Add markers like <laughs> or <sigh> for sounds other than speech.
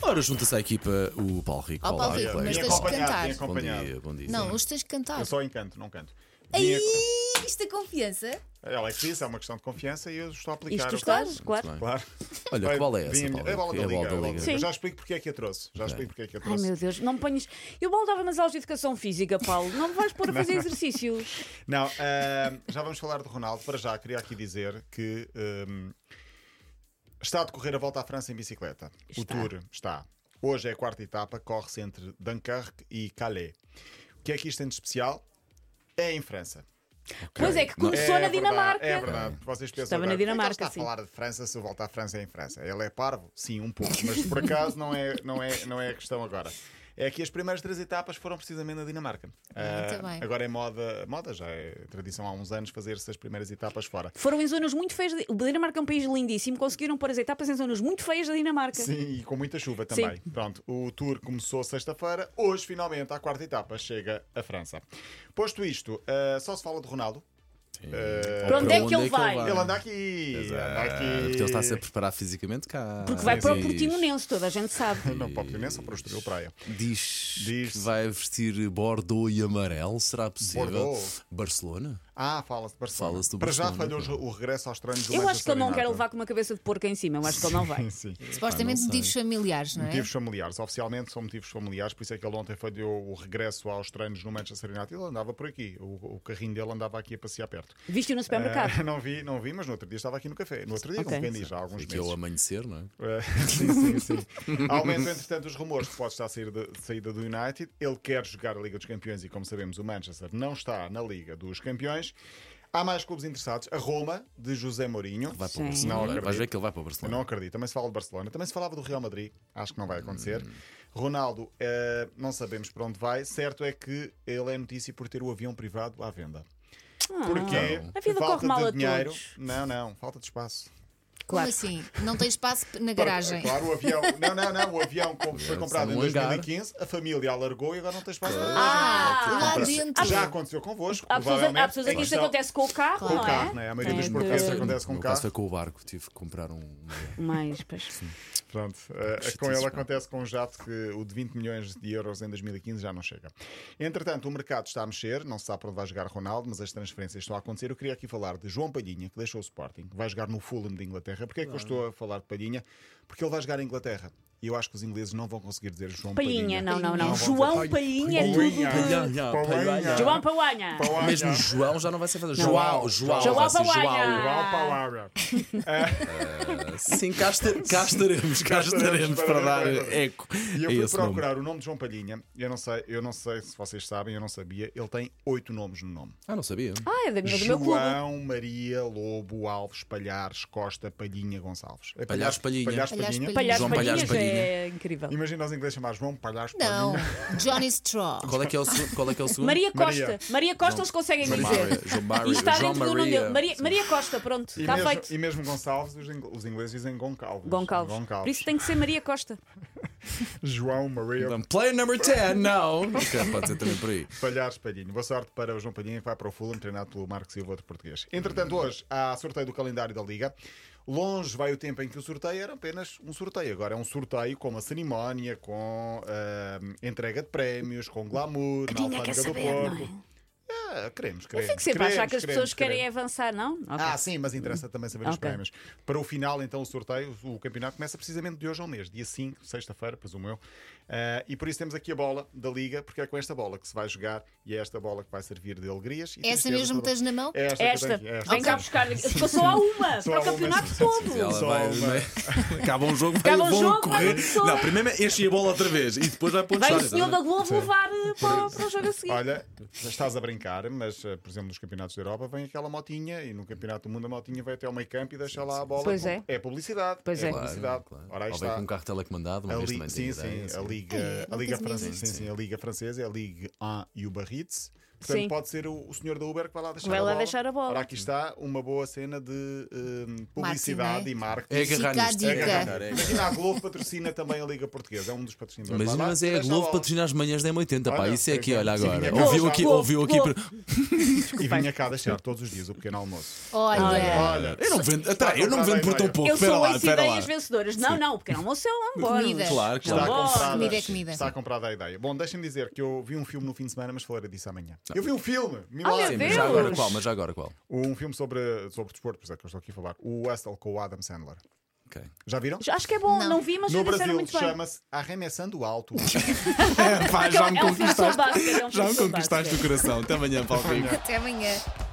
Agora junta-se à equipa o Paulo Rico. Ó, Olá, Paulo Rico, colega. mas Bom tens de dia, cantar. vim Bom É, acompanhado. dia, bom dia. Não, hoje tens de cantar. Eu só encanto, não canto. Aí, Vim ac- isto é confiança. Ela é que disse, é uma questão de confiança e eu estou a aplicar. Isto o- claro, claro. Muito bem. Claro. Olha, que bola é essa, Vim- Paulo? É a bola É da a bola da Liga. é a bola Liga. da Liga. Sim. Já explico porque é que a trouxe. Já explico porque é que a Ai trouxe. meu Deus, não me ponhas. Eu mal dava-me as aulas de educação física, Paulo. Não me vais pôr a <laughs> fazer exercícios. Não, ahm, já vamos falar de Ronaldo. Para já, queria aqui dizer que ahm, está a decorrer a volta à França em bicicleta. O Está. Tour está. Hoje é a quarta etapa, corre-se entre Dunkerque e Calais. O que é que isto tem de especial? É em França. Pois é, que É começou na verdade, Dinamarca. É verdade. Vocês pensam, Estava na "Bem, Dinamarca, Está a sim. falar de França, se eu voltar à França é em França. Ele é parvo? Sim, um pouco. Mas por acaso não é, não é, não é a questão agora. É que as primeiras três etapas foram precisamente na Dinamarca. Muito Ah, bem. Agora é moda, moda já é tradição há uns anos fazer-se as primeiras etapas fora. Foram em zonas muito feias. de- O Dinamarca é um país lindíssimo. Conseguiram pôr as etapas em zonas muito feias da Dinamarca. Sim, e com muita chuva também. Pronto, o tour começou sexta-feira. Hoje, finalmente, à quarta etapa, chega a França. Posto isto, ah, só se fala de Ronaldo. Ah, Ou Para onde é que ele vai? Ele anda aqui. Anda Ah, aqui. Porque ele está a preparar fisicamente cá. Porque vai Sim, para o sim. Portimonense, toda a gente <laughs> sabe. Não, para o Portimonense ou para o Estoril Praia. Diz, Diz- que vai vestir Bordeaux e amarelo, será possível? Bordeaux? Barcelona? Ah, fala-se de Barcelona. Fala-se do Para já Barcelona, então. falhou o regresso aos treinos do Eu acho que ele não Manchester quer United. levar com uma cabeça de porco em cima. Eu acho que ele não vai. Sim, sim. Ah, Supostamente não motivos familiares, não é? né? Motivos familiares, oficialmente são motivos familiares, por isso é que ele ontem falhou o regresso aos treinos no Manchester United. Ele andava por aqui, o, o carrinho dele andava aqui a passear perto. Viste-o no supermercado. Ah, <laughs> não vi, não vi, mas no outro dia estava aqui no café. No outro dia, Ok. como quem diz, há alguns Aqui é meses. o amanhecer, não é? Ah, sim, sim, sim. <laughs> Aumentam, entretanto, os rumores que pode estar a sair de, de saída do United. Ele quer jogar a Liga dos Campeões e, como sabemos, o Manchester não está na Liga dos Campeões. Há mais clubes interessados. A Roma, de José Mourinho. Vai para o Sim. Não Barcelona. Vais acredito. ver que ele vai para o Eu não Barcelona. acredito. Também se fala de Barcelona. Também se falava do Real Madrid. Acho que não vai Hum. acontecer. Ronaldo, eh, não sabemos para onde vai. Certo é que ele é notícia por ter o avião privado à venda. Ah. Porque A vida falta corre mal de a dinheiro. todos. Não, não. Falta de espaço. Como Ah, Claro. assim? Não tem espaço na garagem. Claro, o <laughs> avião. Não, não, não. O avião como Está foi comprado em num é um hangar. 2015. A família alargou e agora não tem espaço. para Ah, ninguém. lá Compra- dentro. Já aconteceu convosco. Há pessoas, há provavelmente. pessoas a que Em isto questão- acontece com o carro, Com o não carro, é? né? A maioria dos É portugueses de- acontece com No o caso carro. foi com o barco, tive que comprar um. Mais, pois. um Pronto, eh, com ele acontece com um jato que o de 20 milhões de euros em 2015 já não chega. Entretanto, o mercado está a mexer, não se sabe para onde vai jogar Ronaldo, mas as transferências estão a acontecer. Eu queria aqui falar de João Palhinha, que deixou o Sporting, que vai jogar no Fulham de Inglaterra. Porquê é que eu estou a falar de Palhinha? Porque ele vai jogar em Inglaterra. E eu acho que os ingleses não vão conseguir dizer João Painha, Palhinha. não, não, não. vão dizer João Palhinha. Painha é tudo Painha. de. Palhinha, Palhinha. palhinha. João Pauanha. Pauanha. Mesmo João já não vai ser fazer. João, João, João vai ser Pauanha. João. João Palhinha. Sim, cá, esta- cá estaremos, cá estaremos para dar eco. E eu a fui É esse nome. procurar o nome de João Palhinha. Eu não sei, eu não sei se vocês sabem, eu não sabia. Ele tem oito nomes no nome. Ah, não sabia. Ah, é da- do meu clube. João Maria Lobo Alves Palhares Costa Palhinha Gonçalves. É Palhares Palhinha. Palhares Palhares Palhinha. Palhinha. Palhares João Palhinhas Palhares é incrível. Imagina os ingleses chamar João Palhares Não, Palhinha. Johnny Straw. Qual é que é o segundo? Qual é que é o segundo? Maria Maria. Costa. Maria Costa eles conseguem João dizer. Maria, João Maria, E está João dentro do nome Maria. dele. Maria, Maria Costa, pronto. E Está mesmo, feito. e mesmo Gonçalves, os ing- os ingleses dizem Goncalves. Goncalves. Goncalves. Por isso tem que ser Maria Costa. João Maria Um, Player number 10, não. Ok, Pode ser também por aí. Palhares Palhinho. Boa sorte para o João Palhinho que vai para o Fulham, treinado pelo Marco Silva de Português. Entretanto, hoje há sorteio do calendário da Liga. Longe vai o tempo em que o sorteio era apenas um sorteio. Agora é um sorteio com uma cerimónia, com ah, entrega de prémios, com glamour, na Ninguém quer alfândega do saber, Porto. não é? Ah, queremos, Eu queremos. fico sempre a queremos, achar que as queremos, pessoas querem queremos. avançar, não? Ok. Ah, sim, mas interessa também saber os Ok. prémios. Para o final, então, o sorteio, o campeonato começa precisamente de hoje ao mês, dia 5, sexta-feira, presumo eu. Ah, e por isso temos aqui a bola da Liga, porque é com esta bola que se vai jogar e é esta bola que vai servir de alegrias. e Essa tristezas mesmo que para- tens na mão? É Esta, que eu Esta. tenho aqui, é esta. Vem cá buscar. Ficou só a uma. Só há Para o uma, campeonato sim, sim, todo. Ela Só vai, uma. vai- acaba um jogo, vai, Acaba um vão jogo, correr. vai pessoa. não, primeiro enche a bola outra vez e depois vai tá para o Vai o chão. senhor da Globo levar eh, para, o- para o jogo a seguir. Olha, já estás a brincar, mas, ah, por exemplo, nos campeonatos da Europa vem aquela motinha e no campeonato do mundo a motinha vai até ao meio campo e deixa lá a bola. Pois é. publicidade. Pois é. Claro, publicidade. Ora, aí Ou vem está. com um carro telecomandado, uma A vez li- também sim, tem sim, ideia, a sim. Liga, É, a não Liga tenho Francesa, ideia. sim, sim, a Liga Francesa é a Ligue 1 e o Barritz. Portanto, Sim. pode ser o, o senhor da Uber que vai lá deixar Vai a lá bola. deixar a bola. Ora, aqui está uma boa cena de hum, Marketing, publicidade e marketing. É agarrar Fica a nisto. dica. É agarrar, é agarrar. Imagina, a Globo patrocina também a Liga Portuguesa, é um dos patrocinadores. Mas, Vai lá, mas é a deixa Globo lá. patrocinar as manhãs da M80, pá. Olha, Isso é aqui, pois é. olha Sim, agora. é ouviu bom. aqui, Boa, ouviu aqui. boa. pre- E vinha cá deixar todos os dias o pequeno almoço. Olha. Olha, Eu não vendo, atrás, eu não vendo por tão pouco. Eu Espera sou lá, as espera lá. ideias vencedoras. Não, não, porque não almoço é um Comida. bónus. Claro, claro. Está Não, bom. comprada. Comida é comida. Está comprada a ideia. Bom, deixem-me dizer que eu vi um filme no fim de semana, mas falarei disso amanhã. Tá. Eu vi um filme! Ah, Olha, Milagre! Sim, mas já agora qual? Mas já agora qual? Um filme sobre, sobre desporto, pois é que eu estou aqui a falar. O Hustle com o Adam Sandler. Ok. Já viram? Acho que é bom, Não. não, vi, mas no já disseram Brasil muito bem. chama-se Arremessando Alto. Pá, já me É um filme sobre conquistaste. basquete, é um filme Já me sobre conquistaste basquete. o coração. Até amanhã, Paulo Rico. Até amanhã.